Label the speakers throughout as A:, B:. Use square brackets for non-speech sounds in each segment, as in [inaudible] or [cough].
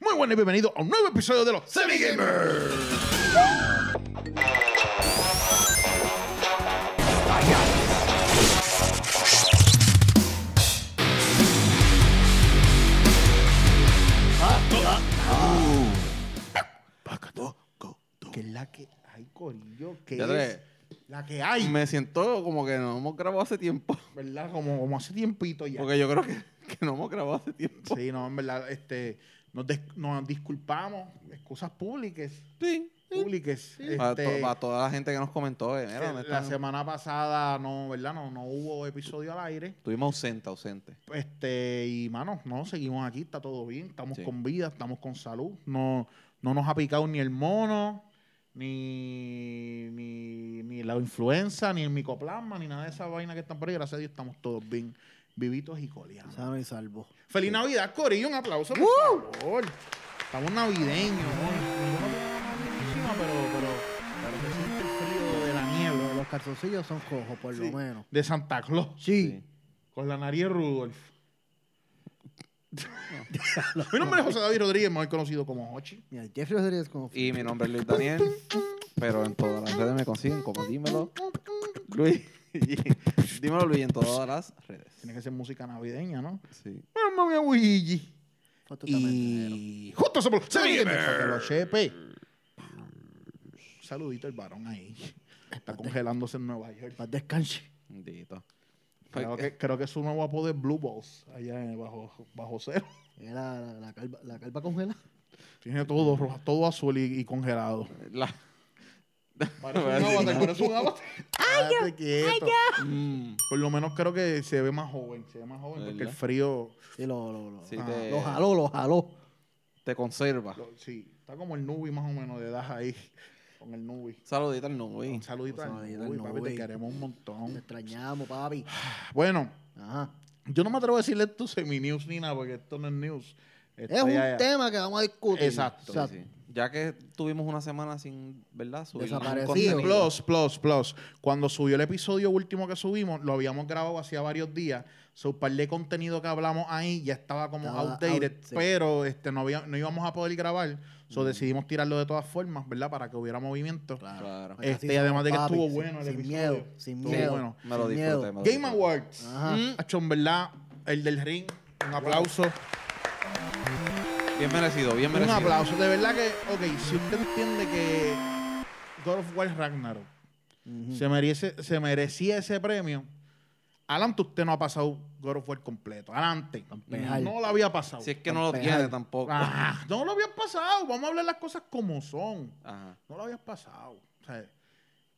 A: Muy buenas y bienvenidos a un nuevo episodio de los Semi Gamers.
B: Que es la que hay, Corillo. Que
C: Ya
B: es
C: te-
B: la que hay.
C: Me siento como que no hemos grabado hace tiempo.
B: ¿Verdad? Como, como hace tiempito [laughs] ya.
C: Porque yo creo que, que no hemos grabado hace tiempo.
B: Sí, no, en verdad, este, nos, des- nos disculpamos. Excusas públicas.
C: Sí.
B: Públicas.
C: Para,
B: Este,
C: to- para toda la gente que nos comentó, eh, mira, ¿dónde
B: la
C: están?
B: semana pasada no, ¿verdad? No, no hubo episodio al aire.
C: Estuvimos ausente, ausente.
B: Este, y mano, no, seguimos aquí, está todo bien, estamos
C: Sí.
B: con vida, estamos con salud. No, no nos ha picado ni el mono, ni, ni, ni la influenza, ni el micoplasma, ni nada de esa vaina que están por ahí. Gracias a Dios estamos todos bien, vivitos y coleados.
D: Sano y salvo.
B: Feliz Navidad, Corillo, un aplauso, por favor. Estamos navideños, ¿no? Yo no tengo nada más encima, pero, pero, pero se siente el frío de la niebla,
D: Pero los calzoncillos son cojos, por
B: Sí.
D: lo menos.
B: de Santa Claus,
D: Sí.
B: con la nariz de Rudolf. [laughs] Mi nombre es José David Rodríguez, mejor conocido como Hochi.
D: Mira, Jeffrey Rodríguez es como.
C: Y mi nombre es Luis Daniel. Pero en todas las redes me consiguen como dímelo. Luis. [laughs] dímelo Luis en todas las redes.
B: Tiene que ser música navideña, ¿no?
C: Sí.
B: Mamá mía, Luigi.
D: Foto también,
B: Y justo somos los Semi Gamers. Un Saludito el varón ahí. Está congelándose en Nueva York.
D: Más descanse.
C: Bendito.
B: Creo que, creo que su nuevo apodo es Blue Balls, allá en- bajo, bajo cero.
D: Era la, la, la calva, la calva congelada.
B: Tiene todo rojo, todo azul y, y congelado.
C: La- [laughs]
B: Parece un avatar, parece un avatar.
D: ¡Ay, quieto!
C: Mm.
B: Por lo menos creo que se ve más joven, se ve más joven, porque el
C: ¿Verdad?
B: frío,
D: Sí, lo, lo, lo.
C: Sí,
D: ah,
C: te-
D: lo jaló, lo jaló.
C: Te conserva.
B: lo- sí, está como el nubi más o menos de edad ahí, con el nubi.
C: Saludita al Nubi.
B: Un saludito al
D: Saludito al
B: nubi, papi, te
D: Nubi.
B: queremos un
D: Te
B: montón.
D: extrañamos, papi.
B: Bueno,
D: Ajá.
B: yo no me atrevo a decirle esto semi-news ni nada, porque esto no es news. Esto
D: Es un
B: ya- ya-
D: tema que vamos a discutir.
B: Exacto.
C: Sí, sí. Ya que tuvimos una semana sin, ¿verdad? Subir ningún
B: Sí,
D: Desaparecido. Amigo.
C: contenido.
B: plus, plus, plus. Cuando subió el episodio último que subimos, lo habíamos grabado hacía varios días. So, un par de contenido que hablamos ahí ya estaba como
D: Estaba
B: outdated,
D: out, sí. Mm.
B: pero este, no, había- no íbamos a poder grabar. So, decidimos tirarlo de todas formas, ¿verdad? Para que hubiera movimiento.
C: Claro.
D: Porque así
B: Este, y además
D: somos,
B: de que
D: papi,
B: estuvo
D: sin-
B: bueno el
D: sin
B: episodio.
D: miedo, sin
B: Estuvo
D: miedo.
B: bueno.
C: Me lo
D: sin
C: disfruté,
D: miedo.
C: me lo
B: Game
C: disfruté.
B: Awards.
D: Ajá.
B: Mm. Hacho, en verdad, el del ring. Un aplauso.
C: Bien merecido, bien
B: Un
C: merecido.
B: aplauso. De verdad que, ok, si usted entiende que God of War Ragnarok
D: Ujú.
B: se, merece, se merecía ese premio. Adelante, usted no ha pasado God of War completo. Adelante.
D: Campeón.
B: No lo había pasado.
C: Si es que no lo
D: Campeón.
C: tiene tampoco.
B: Ah, no lo habían pasado. Vamos a hablar las cosas como son.
C: Ajá.
B: No lo habías pasado. O sea,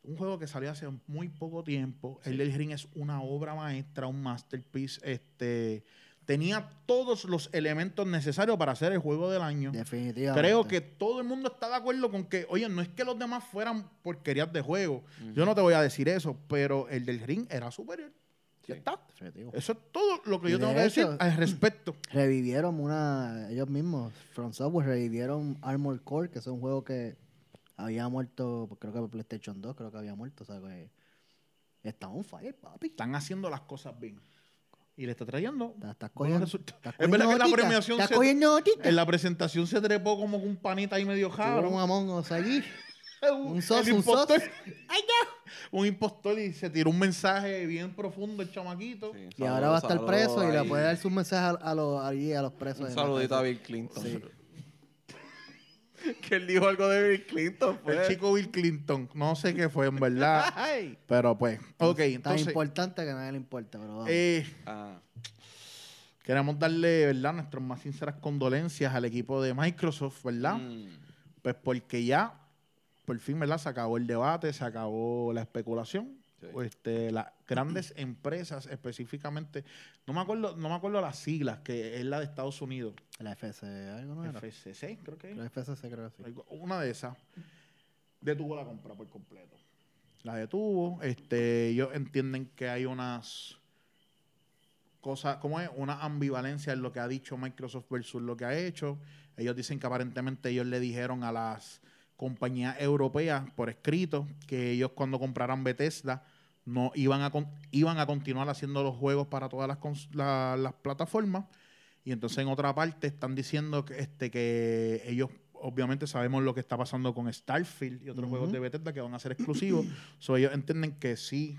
B: un juego que salió hace muy poco tiempo. El del Ring es una obra maestra, un masterpiece. Este, tenía todos los elementos necesarios para hacer el juego del año.
D: Definitivamente.
B: Creo que todo el mundo está de acuerdo con que, oye, no es que los demás fueran porquerías de juego. Yo no te voy a decir eso, pero el del Ring era superior. Ya
C: Sí.
B: está.
D: Definitivo.
B: Eso es todo lo que
D: Y
B: yo
D: de
B: tengo que decir
D: hecho-
B: al respecto.
D: revivieron una, ellos mismos, From Software, revivieron Armored Core, que es un juego que había muerto, pues, creo que por PlayStation 2, creo que había muerto, o sea que está on fire, papi.
B: Están haciendo las cosas bien. Y le está trayendo.
D: Estás está
B: buenos
D: cogiendo,
B: resultados.
D: estás
B: Es verdad
D: cogiendo
B: que la
D: notitas,
B: premiación
D: Estás
B: se-
D: cogiendo notitas.
B: En la presentación se trepó como que un panita ahí medio
D: Tuvieron
B: [laughs]
D: un
B: jaro.
D: Among Us allí. Un sos,
B: El
D: un sos.
B: impostor. Un impostor y se tiró un mensaje bien profundo el chamaquito.
C: Sí,
D: Y
C: saludo,
D: ahora va a estar
C: saludo
D: preso y le
C: ahí.
D: puede dar sus mensajes a, a los, allí a los presos.
C: Un
D: en la
C: saludito a
D: cárcel.
C: Bill Clinton.
D: Sí.
C: [laughs] que él dijo algo de Bill Clinton. pues.
B: El chico Bill Clinton. No sé qué fue, en verdad.
C: Ay.
B: pero pues. Ok,
D: Tan
B: entonces.
D: importante que a nadie le importa, pero vamos.
B: eh,
C: Ah,
B: queremos darle, ¿verdad? Nuestras más sinceras condolencias al equipo de Microsoft, ¿verdad?
C: mm,
B: Pues porque ya, por fin, ¿verdad? Se acabó el debate, se acabó la especulación.
C: Sí.
B: Este, las grandes empresas específicamente, no me acuerdo, no me acuerdo las siglas, que es la de Estados Unidos.
D: la FC, algo no era.
B: FCC, creo que es.
D: La FCC creo que sí.
B: Algo- Una de esas detuvo la compra por completo. La detuvo. Este, ellos entienden que hay unas cosas, ¿cómo es? Una ambivalencia en lo que ha dicho Microsoft versus lo que ha hecho. Ellos dicen que aparentemente ellos le dijeron a las compañías europeas por escrito que ellos cuando compraran Bethesda no iban a, con- iban a continuar haciendo los juegos para todas las, cons- la- las plataformas Y entonces en otra parte están diciendo que, este, que ellos obviamente sabemos lo que está pasando con Starfield y otros
D: Ujú.
B: juegos de Bethesda que van a ser exclusivos. so, ellos entienden que sí,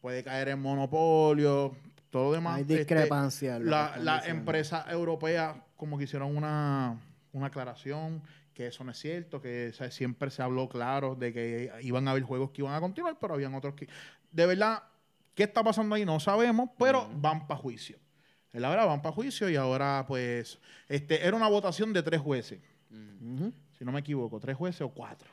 B: puede caer en monopolio, todo demás.
D: Hay
B: Este,
D: discrepancias. en lo que
B: la,
D: están
B: la
D: diciendo.
B: empresa europea como que hicieron una, una aclaración que eso no es cierto, que o sea, siempre se habló claro de que iban a haber juegos que iban a continuar, pero habían otros que... De verdad, ¿qué está pasando ahí? No sabemos, pero van para juicio. Es La verdad, van para juicio y ahora pues... este Era una votación de tres jueces,
C: mm,
D: Ujú.
B: si no me equivoco, tres jueces o cuatro.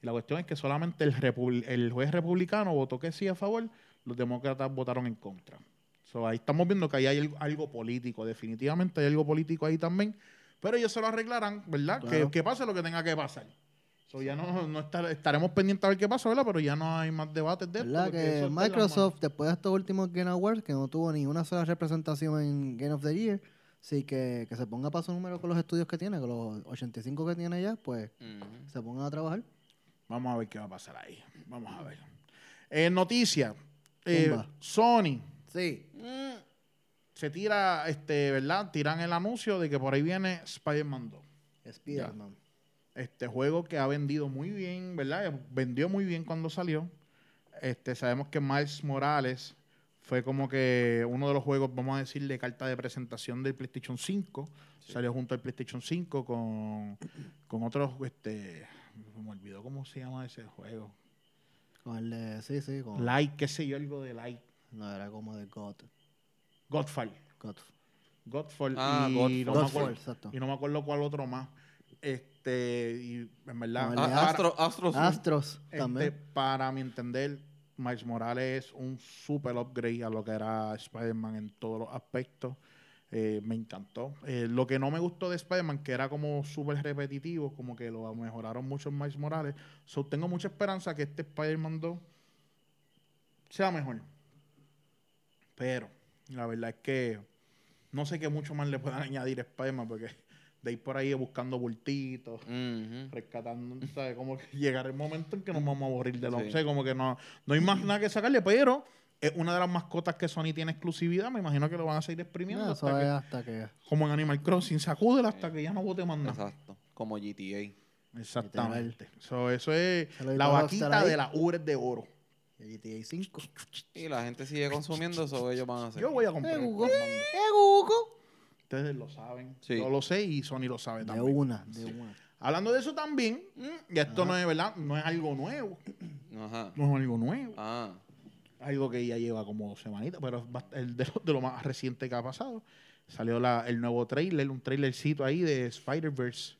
B: Y la cuestión es que solamente el, repu- el juez republicano votó que sí a favor, los demócratas votaron en contra. So, ahí estamos viendo que ahí hay algo, algo político, definitivamente hay algo político ahí también, pero ellos se lo arreglarán, ¿verdad? Que-
D: Claro.
B: Que, pase lo que tenga que pasar. So, ya no, no estar- estaremos pendientes a ver qué pasa, ¿verdad? Pero ya no hay más debates de esto,
D: ¿Verdad
B: porque eso
D: que
B: está en las
D: Microsoft, después de estos últimos Game Awards, que no tuvo ni una sola representación en Game of the Year, sí que, que se ponga paso número con los estudios que tiene, con los 85 que tiene ya, pues
C: mm,
D: se pongan a trabajar.
B: Vamos a ver qué va a pasar ahí. Vamos a ver. Eh, noticia. Eh,
D: Zumba.
B: Sony
D: Sí.
B: se tira, este, ¿verdad? Tiran el anuncio de que por ahí viene Spider-Man 2.
D: Spider-Man.
B: Este juego que ha vendido muy bien, ¿verdad? Eh, Vendió muy bien cuando salió. Este, sabemos que Miles Morales fue como que uno de los juegos, vamos a decir, de carta de presentación del PlayStation 5. Salió junto al PlayStation 5 con, con otros, este, me olvidó cómo se llama ese juego.
D: Con el de, sí, sí, con,
B: Light, qué sé yo, algo de Light.
D: no era como de God.
B: Godfall.
D: God.
B: Godfall.
C: Ah,
B: y
C: Godfall.
B: no me
D: Godfall,
B: acuerdo-
D: exacto.
B: y no me acuerdo cuál otro más. Este, y en verdad.
D: Vale.
B: ahora-
C: Ah, Astro, Astro, Zoom.
D: Astros
B: Este,
D: también.
B: para mi entender, Miles Morales es un super upgrade a lo que era Spider-Man en todos los aspectos. Eh, me encantó. Eh, lo que no me gustó de Spider-Man, que era como súper repetitivo, como que lo mejoraron mucho en Miles Morales. So, tengo mucha esperanza que este Spider-Man 2 sea mejor. Pero la verdad es que no sé qué mucho más le puedan [laughs] añadir a Spider-Man, porque de ir por ahí buscando bultitos,
C: Ujú.
B: rescatando, ¿sabes? Como que [laughs] llegará el momento en que nos vamos a aburrir de los
C: Sí.
B: sé, como que no, no hay más nada que sacarle, pero es una de las mascotas que Sony tiene exclusividad, me imagino que lo van a seguir exprimiendo
D: No, Ah, eso
B: hasta
D: es
B: que,
D: hasta que
B: como en Animal Crossing, sacúdela hasta que ya no vote más nada.
C: Exacto. Como GTA.
B: Exactamente. So, eso es
D: Se
B: la
D: lo dijo a
B: vaquita
D: Rockstar
B: de
D: ahí.
B: las ubres de oro.
D: el GTA 5.
C: Y la gente sigue consumiendo eso, ellos van a hacer.
B: Yo voy a comprar.
D: Eh,
B: un
D: Google.
B: Batman.
D: ¡Eh, Google!
B: Ustedes lo saben.
C: Sí.
B: Yo lo sé y Sony lo sabe
D: De
B: Pues también.
D: una, de una.
B: Hablando de eso también, mm, y esto no es verdad, no es algo nuevo.
C: Ajá.
B: No es algo nuevo.
C: Ah.
B: algo que ya lleva como dos semanitas, pero es bast- el de, lo, de lo más reciente que ha pasado. Salió la- el nuevo trailer, un trailercito ahí de Spider-Verse,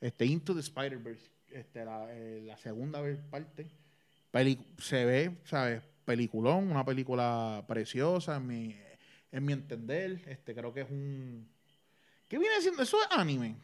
B: este, Into the Spider-Verse, este, la, eh, la segunda vez parte. Pelicu- se ve, ¿sabes? Peliculón, una película preciosa, en mi, en mi entender. Este, creo que es un... ¿Qué viene siendo? Eso es anime.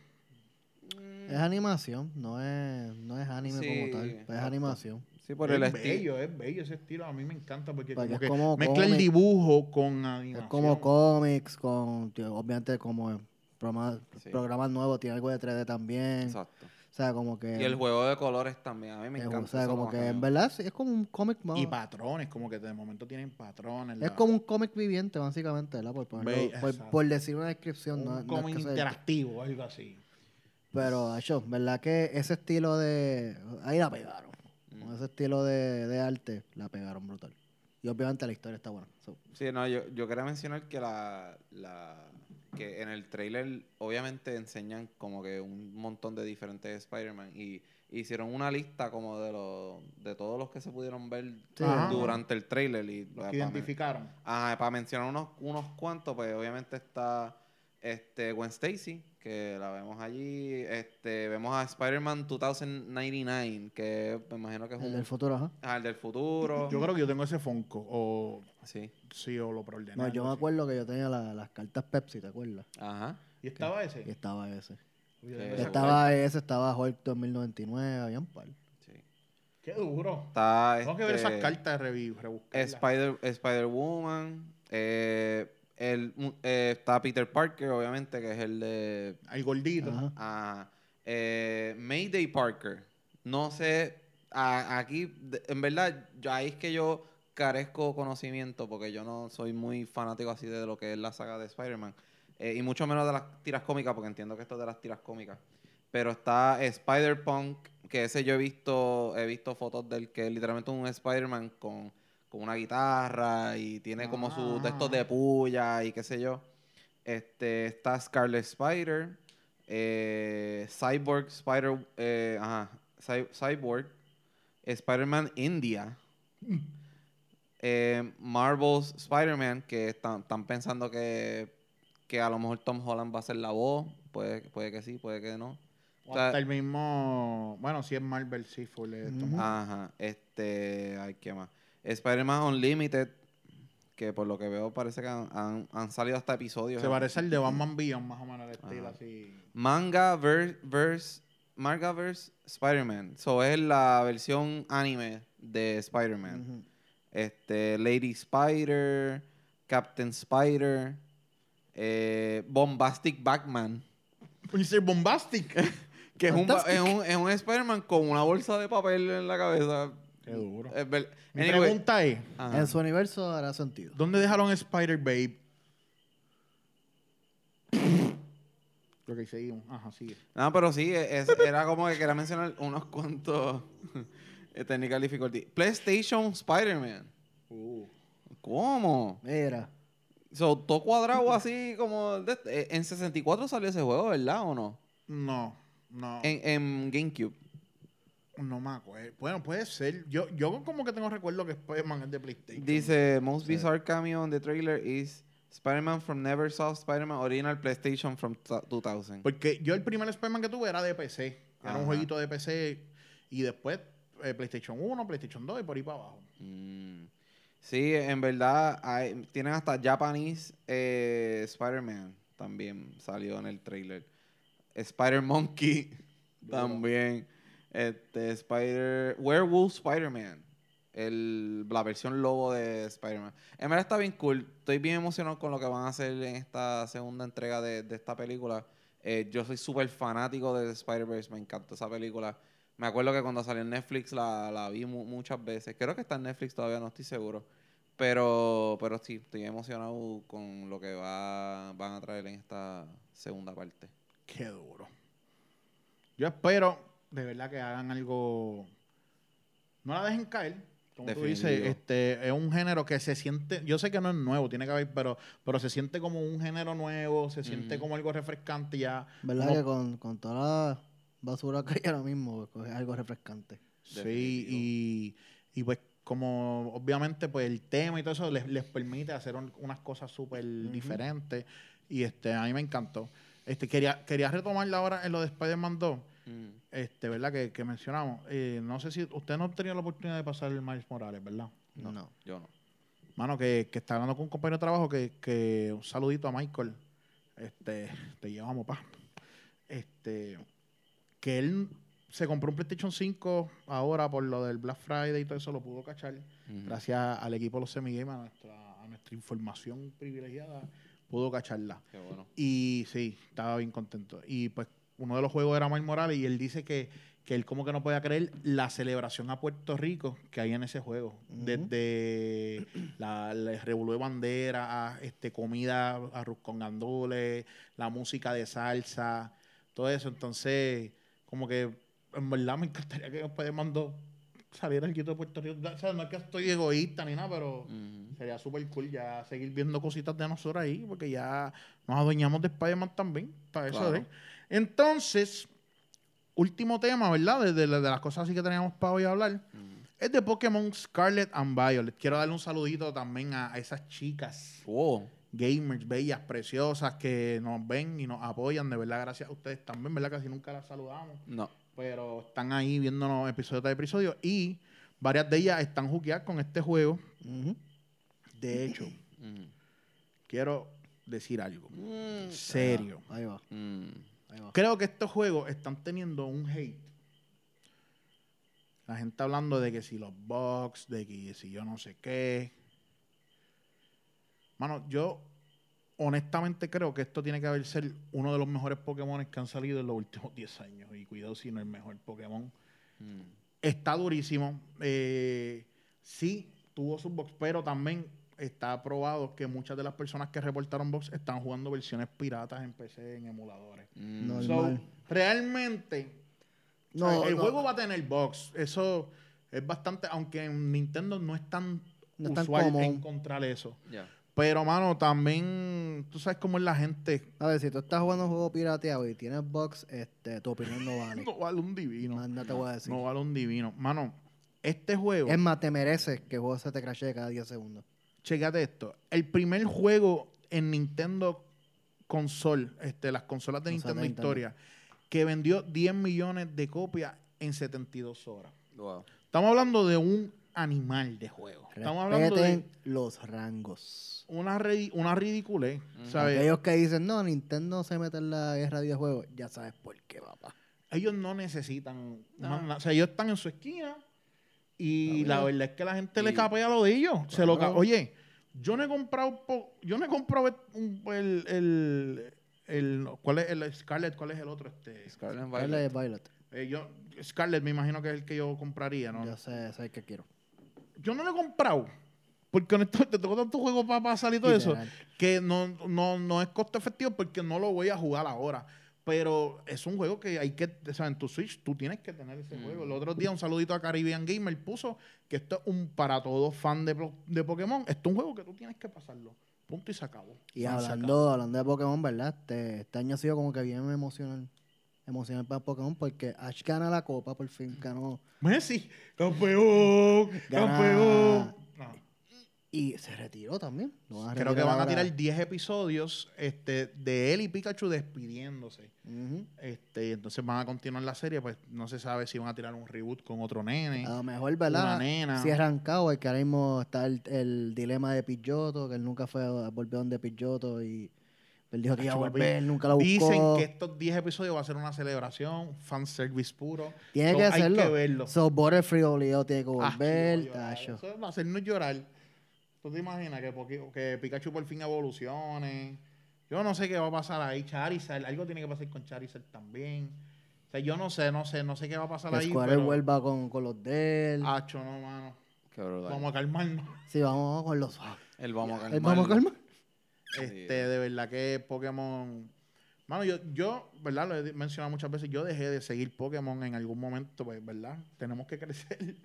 D: Es animación, no es, no es anime
C: Sí,
D: como tal. Es
C: exacto.
D: animación.
C: Sí, por
B: es
C: el estilo.
B: bello, es bello ese estilo. A mí me encanta porque
D: Porque
B: como
D: es
B: que
D: como
B: mezcla el
D: cómic.
B: dibujo con
D: Es
B: animación.
D: como cómics, con tío, obviamente como programas,
C: Sí.
D: programas nuevos, tiene algo de 3D también.
C: Exacto.
D: O sea, como que...
C: Y el juego de colores también. A mí me
D: es-
C: encanta.
D: o sea,
C: eso
D: Em, como
C: más
D: que
C: que
D: en
C: nada.
D: verdad sí, es como un cómic más-
B: Y patrones, como que de momento tienen patrones.
D: Es
B: la-
D: como un cómic viviente, básicamente, ¿verdad? Por, ponerlo-
B: Ve-
D: por-
B: exacto.
D: por decir una descripción.
B: un
D: no- no es
B: cómic
D: que sea-
B: interactivo, algo así.
D: Pero, Acho, ¿verdad que ese estilo de. Ahí la pegaron.
C: Mm.
D: Con ese estilo de, de arte, la pegaron brutal. Y obviamente la historia está buena. So,
C: Sí, no, yo, yo quería mencionar que la, la que en el trailer obviamente enseñan como que un montón de diferentes Spider-Man y hicieron una lista como de los de todos los que se pudieron ver
D: Sí.
B: Ajá.
C: durante el trailer y
B: Los
C: pa-
B: que
C: pa-
B: identificaron.
C: Ajá, para mencionar unos, unos cuantos, pues obviamente está este Gwen Stacy, que la vemos allí, este vemos a Spider-Man 2099, que me imagino que es
D: el
C: un
D: del futuro, ajá.
C: ah, el del futuro.
B: Yo creo que yo tengo ese Fonco. O
C: Sí.
B: sí, o lo preordené.
D: No, yo
B: algo
D: me
B: así.
D: acuerdo que yo tenía la- las cartas Pepsi, ¿te acuerdas?
C: Ajá.
B: ¿Y estaba ese?
D: Y estaba ese.
B: Yo tengo
C: Eh,
B: ese Fonco.
D: Estaba ese, estaba Hulk 2099, había un par.
C: Sí.
B: Qué duro.
C: Está
B: Tengo que ver esas
C: este,
B: cartas de review, rebuscarlas.
C: Spider, Spider-Woman. eh, el, un- eh, está Peter Parker, obviamente, que es el de.
B: El gordito.
D: Ajá.
C: ah, eh, Mayday Parker. No sé. a- aquí, de- en verdad, yo- ahí es que yo carezco conocimiento porque yo no soy muy fanático así de lo que es la saga de Spider-Man. Eh, y mucho menos de las tiras cómicas, porque entiendo que esto es de las tiras cómicas. Pero está eh, Spider-Punk, que ese yo he visto, he visto fotos del que es literalmente un Spider-Man con, con una guitarra y tiene como sus textos de puya y qué sé yo. Este, está Scarlet Spider, eh, Cyborg Spider, eh, ajá, Cy- Cyborg, Spider-Man India, eh, Marvel's Spider-Man, que están, están pensando que, que a lo mejor Tom Holland va a ser la voz, puede, puede que sí, puede que no. O
B: O
C: sea,
B: hasta el mismo. Bueno, si es Marvel, sí, fue el de Tom
D: Ujú.
B: Holland.
C: Ajá, este, ay, ¿qué más? Spider-Man Unlimited, que por lo que veo parece que han, han- han salido hasta episodios.
B: Se parece al de Batman Beyond, más o menos, el estilo
C: Ajá.
B: así.
C: Manga vers, vers, Manga vers Spider-Man. So es la versión anime de Spider-Man.
D: Ujú.
C: Este, Lady Spider, Captain Spider, eh, Bombastic Batman.
B: Mr. Bombastic. [laughs]
C: Que es un, ba- es
D: Fantastic.
C: un, es un Spider-Man con una bolsa de papel en la cabeza.
B: Qué duro.
C: Es ver-
B: Mi
C: Eh, Anyway,
B: pregunta es:
C: ajá.
D: En su universo hará sentido.
B: ¿dónde dejaron Spider-Babe? Lo que seguimos. Ajá, sigue.
C: No, pero sí, e, es- era como que quería mencionar unos cuantos eh, technical difficulty. PlayStation Spider-Man.
B: Uh.
C: ¿Cómo?
D: Mira,
C: So, todo cuadrado así como... de este- eh, en 64 salió ese juego, ¿verdad o no?
B: No, no.
C: En, en GameCube.
B: No me acuerdo. Bueno, puede ser. Yo, yo como que tengo recuerdo que Spider-Man es de PlayStation.
C: Dice, most bizarre cameo on the trailer is Spider-Man from Neversoft, Spider-Man original PlayStation from t- 2000.
B: Porque yo el primer Spider-Man que tuve era de PC. Era
C: Ajá.
B: un jueguito de PC. Y después eh, PlayStation 1, PlayStation 2 y por ahí para abajo.
C: Mm. Sí, en verdad, hay- tienen hasta Japanese eh, Spider-Man también salió en el trailer. Spider-Monkey también. Este, Spider. Werewolf Spider-Man. El, la versión lobo de Spider-Man. En verdad está bien cool. Estoy bien emocionado con lo que van a hacer en esta segunda entrega de, de esta película. Eh, yo soy súper fanático de Spider-Verse. Me encantó esa película. Me acuerdo que cuando salió en Netflix la, la vi mu- muchas veces. Creo que está en Netflix todavía, no estoy seguro. Pero, pero sí, estoy emocionado con lo que va, van a traer en esta segunda parte.
B: Qué duro. Yo espero de verdad que hagan algo. No la dejen caer. Como tú dices,
C: Definitivo.
B: este, es un género que se siente. Yo sé que no es nuevo, tiene que haber, pero, pero se siente como un género nuevo, se siente
C: Ujú.
B: como algo refrescante ya.
D: ¿verdad
B: Como-
D: que con, con toda la basura que hay ahora mismo pues, es algo refrescante?
B: Sí, y, y pues como obviamente pues el tema y todo eso les, les permite hacer un- unas cosas súper diferentes y este a mí me encantó. Este quería quería retomarla ahora en lo de Spider-Man 2,
C: Mm.
B: este, ¿verdad? Que, que mencionamos. Eh, no sé si usted no ha tenido la oportunidad de pasar el Miles Morales, ¿verdad?
C: No,
D: No.
C: yo no.
B: Mano, que, que está hablando con un compañero de trabajo que, que un saludito a Michael. Este, te llevamos, pa. Este, que él se compró un PlayStation 5 ahora por lo del Black Friday y todo eso, lo pudo cachar.
C: Mm.
B: Gracias al equipo de los semigames, a nuestra, a nuestra información privilegiada, pudo cacharla.
C: Qué bueno.
B: Y sí, estaba bien contento. Y pues uno de los juegos era Miles Morales y él dice que, que él como que no podía creer la celebración a Puerto Rico que hay en ese juego.
D: Ujú.
B: Desde la, la revolú de bandera, a, este, comida, arroz con gandules, la música de salsa, todo eso. Entonces, como que en verdad me encantaría que después mandó salir al quito de Puerto Rico. O sea, no es que estoy egoísta ni nada, pero...
C: Ujú.
B: Sería súper cool ya seguir viendo cositas de nosotros ahí, porque ya nos adueñamos de Spider-Man también. Para eso,
C: Claro.
B: ¿eh? Entonces, último tema, ¿verdad? De, de- de las cosas así que teníamos para hoy hablar,
C: Ujú.
B: es de Pokémon Scarlet and Violet. Quiero darle un saludito también a, a esas chicas
C: Wow.
B: gamers bellas, preciosas, que nos ven y nos apoyan. De verdad, gracias a ustedes también, ¿verdad? Casi nunca las saludamos
C: No.
B: pero están ahí viéndonos episodio tras episodio y varias de ellas están jugueadas con este juego.
D: Ujú.
B: De hecho,
C: Mm.
B: quiero decir algo.
C: Mm.
B: Serio.
D: Ahí va,
C: Mm.
D: ahí va.
B: Creo que estos juegos están teniendo un hate. La gente hablando de que si los bugs, de que si yo no sé qué. Mano, yo honestamente creo que esto tiene que haber ser uno de los mejores Pokémon que han salido en los últimos [laughs] 10 años. Y cuidado si no es el mejor Pokémon.
C: Mm.
B: Está durísimo. Eh, sí, tuvo sus box, pero también está probado que muchas de las personas que reportaron Box están jugando versiones piratas en PC, en emuladores.
C: Mm.
D: No,
B: So,
D: Normal.
B: realmente,
D: No,
B: o sea, el
D: no.
B: juego va a tener box. Eso es bastante, aunque en Nintendo no es tan
D: No es tan
B: usual
D: común.
B: encontrar eso.
C: Ya.
B: Pero, mano, también, tú sabes cómo es la gente.
D: A ver, si tú estás jugando un juego pirateado y tienes box, este, tu opinión no
B: [laughs]
D: vale.
B: No vale un divino.
D: Más no te voy a decir.
B: No vale un divino. Mano, este juego,
D: Es más, te mereces que el juego se te crashe cada 10 segundos.
B: chécate esto. El primer juego en Nintendo console, este, las consolas de
D: Consola
B: Nintendo
D: de Nintendo.
B: Historia, que vendió 10 millones de copias en 72 horas.
C: Wow.
B: Estamos hablando de un animal de juego. Estamos hablando de
D: Respeten los rangos.
B: una, re- una ridiculez, ¿sabes?
D: Aquellos que dicen, no, Nintendo se mete en la guerra de videojuegos, ya sabes por qué, papá.
B: Ellos no necesitan
C: No.
B: más nada. O sea, ellos están en su esquina y
C: Está
B: la
C: bien.
B: verdad es que la gente
C: Y-
B: le capea lo de ellos. Se lo ca-
D: Claro.
B: Oye, yo no he comprado po- yo no he comprado un- el, el, el- ¿cuál es el Scarlet? ¿Cuál es el otro? Este,
C: Scarlet and
D: Violet
C: Violet.
D: es Violet.
B: eh, yo, Scarlet me imagino que es el que yo compraría, ¿no?
D: Yo sé, sé que quiero.
B: Yo no lo he comprado. Porque honestamente tengo tanto juego para pasar y todo eso.
D: Literal.
B: que no, no, no es costo efectivo porque no lo voy a jugar ahora. Pero es un juego que hay que, o sea, en tu Switch tú tienes que tener ese
C: Mm.
B: juego. El otro día un saludito a Caribbean Gamer puso que esto es un para todos fan de, po- de Pokémon. Esto es un juego que tú tienes que pasarlo. Punto y se acabó.
D: Y
B: Se acabó.
D: hablando, hablando de Pokémon, ¿verdad? Este, este año ha sido como que bien emocional. Emocional para Pokémon porque Ash gana la copa, por fin ganó.
B: Messi, campeón,
D: Gana-
B: campeón. No.
D: Y se retiró también. Lo van a
B: Creo que
D: retirar
B: van a
D: ahora.
B: tirar 10 episodios este, de él y Pikachu despidiéndose.
D: Ujú.
B: Este, entonces van a continuar la serie, pues no se sabe si van a tirar un reboot con otro nene.
D: A lo mejor, ¿verdad?
B: Una nena.
D: Si arrancado, es que ahora mismo está el, el dilema de Pidgeotto, que él nunca fue a volver de Pidgeotto y él dijo que iba a
B: Acho, papi.
D: volver, nunca lo buscó.
B: Dicen que estos 10 episodios va a ser una celebración, fanservice puro.
D: tiene
B: So,
D: que
B: hay
D: hacerlo.
B: que verlo.
D: So, Butterfree obligado tiene que
B: Ah,
D: volver.
B: yo voy a llorar.
D: tacho.
B: Eso va a hacernos llorar. ¿Tú te imaginas que, Poki- que Pikachu por fin evolucione? Yo no sé qué va a pasar ahí. Charizard, algo tiene que pasar con Charizard también. O sea, yo no sé, no sé, no sé qué va a pasar
D: que
B: ahí.
D: Square
B: pero- Ah.
D: vuelva con, con los de él.
B: Acho, no, mano.
C: Qué brutal.
B: Vamos a calmarnos.
D: Sí, vamos con los.
C: El vamos a
D: Él vamos a
C: Ah, calmarlo.
D: calmar.
B: Este, de verdad que Pokémon. Mano, yo, yo, ¿verdad? Lo he di- mencionado muchas veces, yo dejé de seguir Pokémon en algún momento, pues, ¿verdad? Tenemos que [laughs] crecer.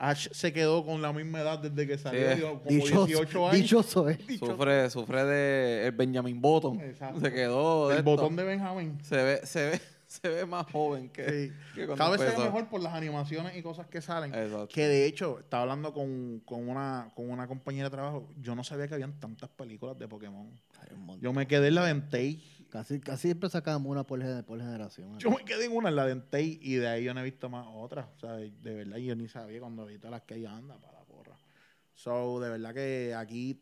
B: Ash se quedó con la misma edad desde que salió,
C: Sí.
B: digo, como
D: Dichoso,
B: 18 años.
D: dichoso es.
B: Dicho-
C: Sufre, sufre de el Benjamin Button.
B: Exacto.
C: Se quedó. de
B: El
C: esto.
B: botón de Benjamin.
C: Se ve, se ve, [laughs] se ve más joven que,
B: Sí.
C: que [laughs] cuando
B: Cada vez se ve
C: empezó.
B: mejor por las animaciones y cosas que salen.
C: Exacto.
B: Que de hecho, estaba hablando con, con una, con una compañera de trabajo, yo no sabía que habían tantas películas de Pokémon. Yo me quedé en la Dentei.
D: Casi, casi siempre sacamos una por, gener- por generación. ¿eh?
B: Yo me quedé en una en la Dentei y de ahí yo no he visto más otras. O sea, de, de verdad yo ni sabía cuando vi todas las que hay anda para la porra. So, de verdad que aquí,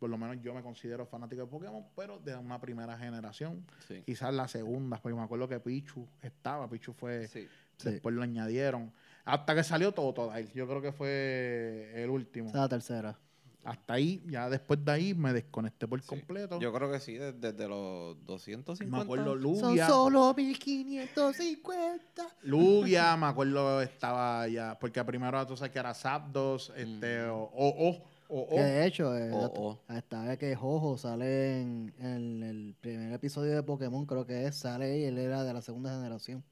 B: por lo menos yo me considero fanático de Pokémon, pero de una primera generación.
C: Sí.
B: Quizás la segunda, porque me acuerdo que Pichu estaba, Pichu fue,
C: Sí.
D: Sí.
B: después lo añadieron. Hasta que salió Totodile, yo creo que fue el último.
C: Ah.
D: Esa es la tercera.
B: Hasta ahí, ya después de ahí me desconecté por completo.
C: Yo creo que sí, de- desde, los 250.
B: me acuerdo
D: Son
B: Lugia.
D: solo 1550.
B: Lugia, me acuerdo, estaba ya. Porque primero tú sabes que era Zapdos, este,
C: Mm.
B: o, o, o, o-
D: Que de hecho, eh,
C: Oh,
D: la-
C: oh.
D: hasta que Jojo sale en, en el primer episodio de Pokémon, creo que es, sale y él era de la segunda generación.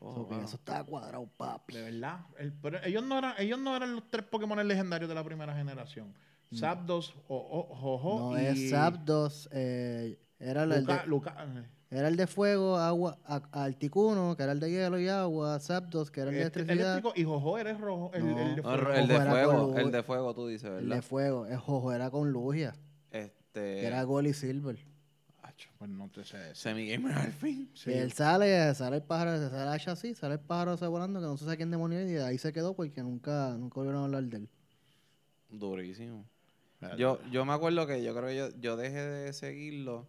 C: Oh,
D: So que
C: wow.
D: Eso está cuadrado, papi.
B: De verdad. El- pero ellos no, eran, ellos no eran los tres Pokémon legendarios de la primera generación. Zapdos, o, o, Jojo
D: No,
B: y...
D: es Zapdos, eh, era, el
B: Luca-
D: de,
B: Luca- eh,
D: era el de fuego, agua, a- Articuno, que era el de hielo y agua, Zapdos, que era el de
B: este-
D: electricidad.
B: eléctrico y Jojo eres rojo. El,
D: No.
B: el de
C: No,
D: No,
B: fuego.
C: Ah, el de
D: Ojo, era
C: fuego,
D: color.
C: el de fuego tú dices,
D: El de
C: ¿verdad?
D: fuego, el Jojo era con Lugia, que
C: Este.
B: Eh,
D: era Gold y Silver.
B: Acho, pues no te sé decir.
C: Semi-gamer al fin.
B: Sí.
D: Y él sale, sale el pájaro, se sale Ash así, sale el pájaro ese volando, que no se sabe quién demonio es, y de ahí se quedó porque nunca, nunca volvieron a hablar de él.
C: Durísimo. Yo, yo me acuerdo que yo creo que yo, yo dejé de seguirlo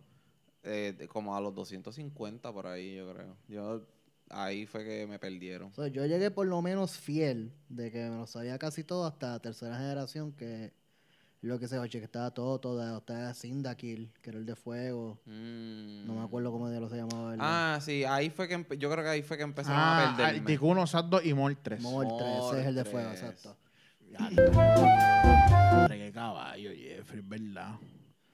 C: eh, de- como a los 250 por ahí, yo creo. Yo ahí fue que me perdieron.
D: So, yo llegué por lo menos fiel de que me lo sabía casi todo hasta la tercera generación, que es lo que se oye, que estaba todo, todo, estaba Sindakil, que era el de fuego. No me
C: Mm.
D: acuerdo cómo diablos se llamaba. ¿verdad?
C: Ah, sí, ahí fue que empe- yo creo que ahí fue que empezaron a
B: Ah,
C: perderme.
B: Articuno, Zapdos y Mortres.
D: Mol 3, ese es el de fuego,
C: Moltres.
D: exacto.
B: Hombre, qué caballo, Jeffrey, es verdad.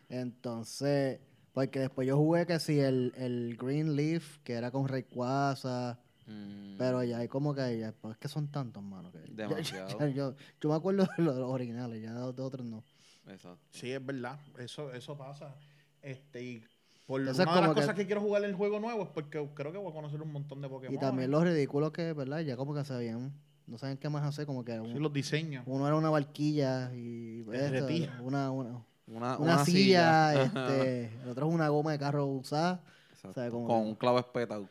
D: Entonces, porque después yo jugué que sí, el, el Green Leaf, que era con Rayquaza,
C: Mm,
D: pero ya hay como que, ya, pues, es que son tantos, mano. Que ya- [laughs] ya-
C: Demasiado.
D: ya- yo, yo me acuerdo de los, de los originales, ya de los de otros no.
C: Exacto.
B: Sí, es verdad. Eso, eso pasa. Este, y por
D: Eso es
B: una de las
D: como que-
B: cosas que quiero jugar en el juego nuevo es porque creo que voy a conocer un montón de Pokémon.
D: Y también los ridículos que, ¿verdad? Ya como que sabían, no saben qué más hacer, como que era un-
B: Sí, los diseños.
D: uno era una barquilla y
B: El
D: esto,
B: retiro.
D: una, una,
C: Ah, Una,
D: una silla, este, el otro es una goma de carro usada.
C: Exacto.
D: sabe, como
C: Con
D: que-
C: un clavo espetado.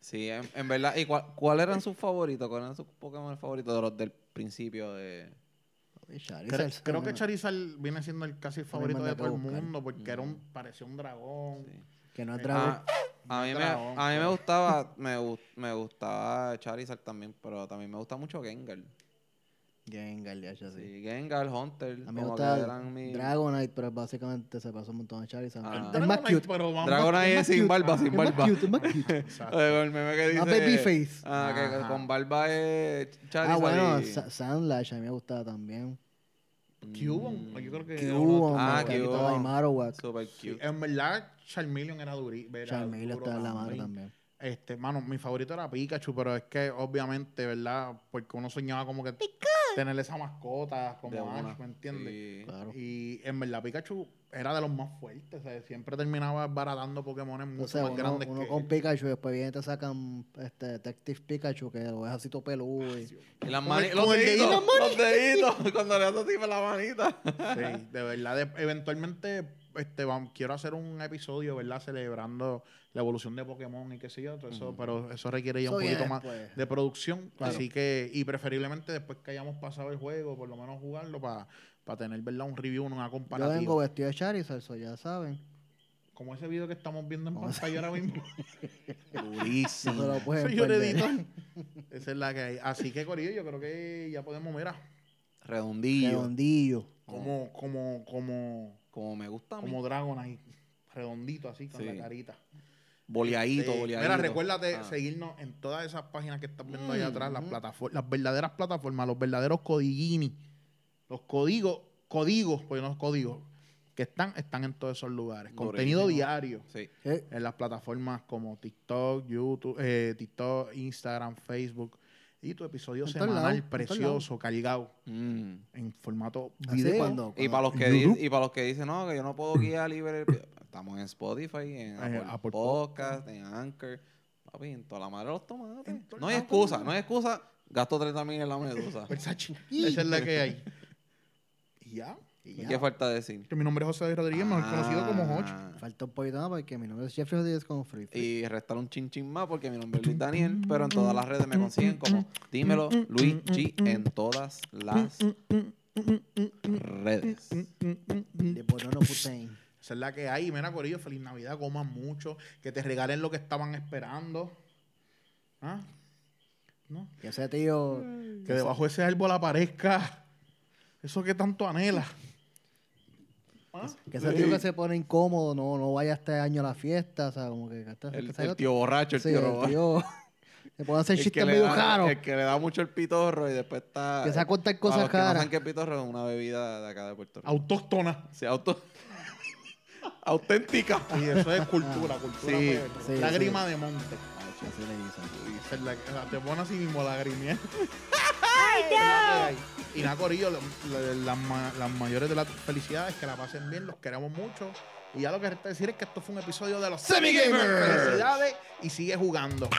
C: sí, en, en verdad. ¿Y cuál, cuál eran sus favoritos? ¿Cuáles eran sus Pokémon favoritos de los del principio de.
D: Y Charizard,
B: Creo, creo que
D: bueno,
B: Charizard viene siendo el casi favorito
D: manda
B: de
D: que
B: todo el
D: buscar. Mm.
B: mundo porque era un, parecía un dragón.
C: sí.
D: que no es dragón.
C: Ah, A, mí, me,
B: Dragón,
C: a mí me
B: claro.
C: gustaba me, gus- me gustaba Charizard también, pero también me gusta mucho Gengar.
D: Gengar, ya, ya, sí.
C: Sí, Gengar, Hunter,
D: A mí me
C: como que
D: gusta
C: eran mi-
D: Dragonite, pero básicamente se pasó un montón de Charizard.
C: Ah.
D: Es más
B: Dragonite,
D: cute.
B: pero vamos-
C: Dragonite es sin barba,
D: Es
C: sin
D: más
C: barba.
D: cute, es más
B: [laughs]
D: cute.
B: Exacto.
C: Eh, El meme que dice...
D: Más babyface.
C: Ah, que- que
B: Ajá.
C: con barba es Charizard
D: ah, bueno,
C: y-
D: Sa- Sandlash a mí me gustaba también.
B: Cubone, yo creo que...
D: Cubone,
C: Ah,
D: Macaquito
C: Cubone.
D: y Marowak.
C: Mm. Super
B: Sí,
C: Eh, cute.
B: en verdad, Charmeleon era durísimo.
D: Charmeleon está en la madre también.
B: Este, mano, mi favorito era Pikachu, pero es que obviamente, ¿verdad? Porque uno soñaba como que tener esa mascota
C: De
B: como
C: una.
B: Ash, ¿me entiendes?
C: Sí.
D: Claro.
B: Y en verdad, Pikachu era de los más fuertes. o sea, Siempre terminaba baratando Pokémon mucho
D: O sea,
B: más
D: uno,
B: grandes
D: uno
B: que
D: con
B: él.
D: Pikachu y después viene y te sacan este Detective Pikachu, que lo es así todo peludo.
B: Ah,
D: y-
C: Y las
B: Con
C: mani-
B: el-
C: los
B: con el dedito,
C: deditos, los deditos, [laughs] cuando le das así con la manita.
B: Sí, de verdad. de- eventualmente, este, vam- quiero hacer un episodio, ¿verdad? Celebrando la evolución de Pokémon y qué sé yo. todo eso, Pero eso requiere ya
D: Eso
B: un
D: viene
B: poquito más
D: después.
B: de producción.
D: Claro.
B: Así que, y preferiblemente después que hayamos pasado el juego, por lo menos jugarlo para tener, ¿verdad? Un review, una
D: Yo
B: comparativa.
D: vengo vestido de Charizard, eso ya saben.
B: Como ese video que estamos viendo en
D: Vamos a hacer-
B: pantalla ahora
D: [laughs]
B: mismo.
D: No se
C: pues,
D: lo
B: [laughs]
D: pueden
B: Señor
D: perder.
B: editor.
D: [laughs]
B: Esa es la que hay. Así que, Corillo, yo creo que ya podemos, mira,
C: Redondillo.
D: Redondillo.
B: como, como, como,
C: Como me gusta a mí.
B: como Dragonite, redondito así, con
C: Sí.
B: la carita.
C: Boleadito,
B: Sí.
C: boleadito.
B: Mira, recuérdate
C: Ah.
B: seguirnos en todas esas páginas que estás viendo ahí
D: Mm,
B: atrás, las,
D: ujú.
B: plataform- las verdaderas plataformas, los verdaderos codiguini, los códigos, códigos, pues no códigos, que están, están en todos esos lugares.
C: Durísimo.
B: Contenido diario
C: Sí.
D: Eh,
B: en las plataformas como TikTok, YouTube, eh, TikTok, Instagram, Facebook. Y tu episodio
D: En todos
B: semanal
D: lados, en todos
B: precioso, cargado
C: Mm.
B: en formato
D: así
B: video.
D: cuando-
C: Y
D: cuando-
C: para los que
B: YouTube.
C: di- y para los que dicen, no, que yo no puedo guiar libre. pues, Estamos en Spotify, en
B: Eh,
C: Apple,
B: Apple
C: Podcast, en Anchor. Papi, en toda la madre los tomates.
B: En toda
C: No hay
B: la
C: excusa,
B: madre.
C: no hay excusa. Gasto 30 mil en la
B: [laughs]
C: medusa.
B: Versace. Esa es la que hay. Y ya. y
C: ¿Y
B: ya.
C: ¿Qué falta decir?
B: Mi nombre es José David Rodríguez, mejor conocido como Hoch.
C: Ah,
D: Falta un poquito más porque mi nombre es Jeffrey Rodríguez con Free. Free.
C: Y restar un chin chin más porque mi nombre es Luis Daniel,
B: Mm,
C: pero en todas las redes me consiguen como dímelo Luis
B: mm,
C: G en todas las redes.
B: mm,
D: De Bonono Putain.
B: Esa es la que hay. Mira, Corillo, feliz Navidad, coman mucho, que te regalen lo que estaban esperando. ¿Ah? ¿No?
D: Y ese tío.
B: Que debajo de ese árbol aparezca eso que tanto anhela. ¿Ah?
D: Que ese tío que se pone incómodo, no, no vaya este año a la fiesta, o sea, como que... que está- que
C: El,
D: sale
C: el
D: otro-
C: tío borracho, el
D: Sí,
C: tío robado.
D: el tío... [laughs] Se pone a hacer
C: El que
D: chistes
C: le
D: medio
C: da-
D: caros.
C: El que le da mucho el pitorro y después está.
D: Empieza a contar cosas
C: para los que no
D: caras.
C: saben que el pitorro es una bebida de acá de Puerto Rico.
B: Autóctona.
C: Sí, auto- [laughs] Auténtica.
D: Ah,
B: Y eso es cultura, cultura.
C: Sí,
B: pues,
D: sí,
B: lágrima de monte.
D: Así le dicen.
B: Esa es la que- la- te pone así mismo [laughs] lagrimea. ¡Ay, no! Y nada, Corillo, lo- lo- las ma- las mayores de las felicidades, que la pasen bien, los queremos mucho. Y ya lo que resta decir es que esto fue un episodio de los Semi Gamers. Felicidades y sigue jugando.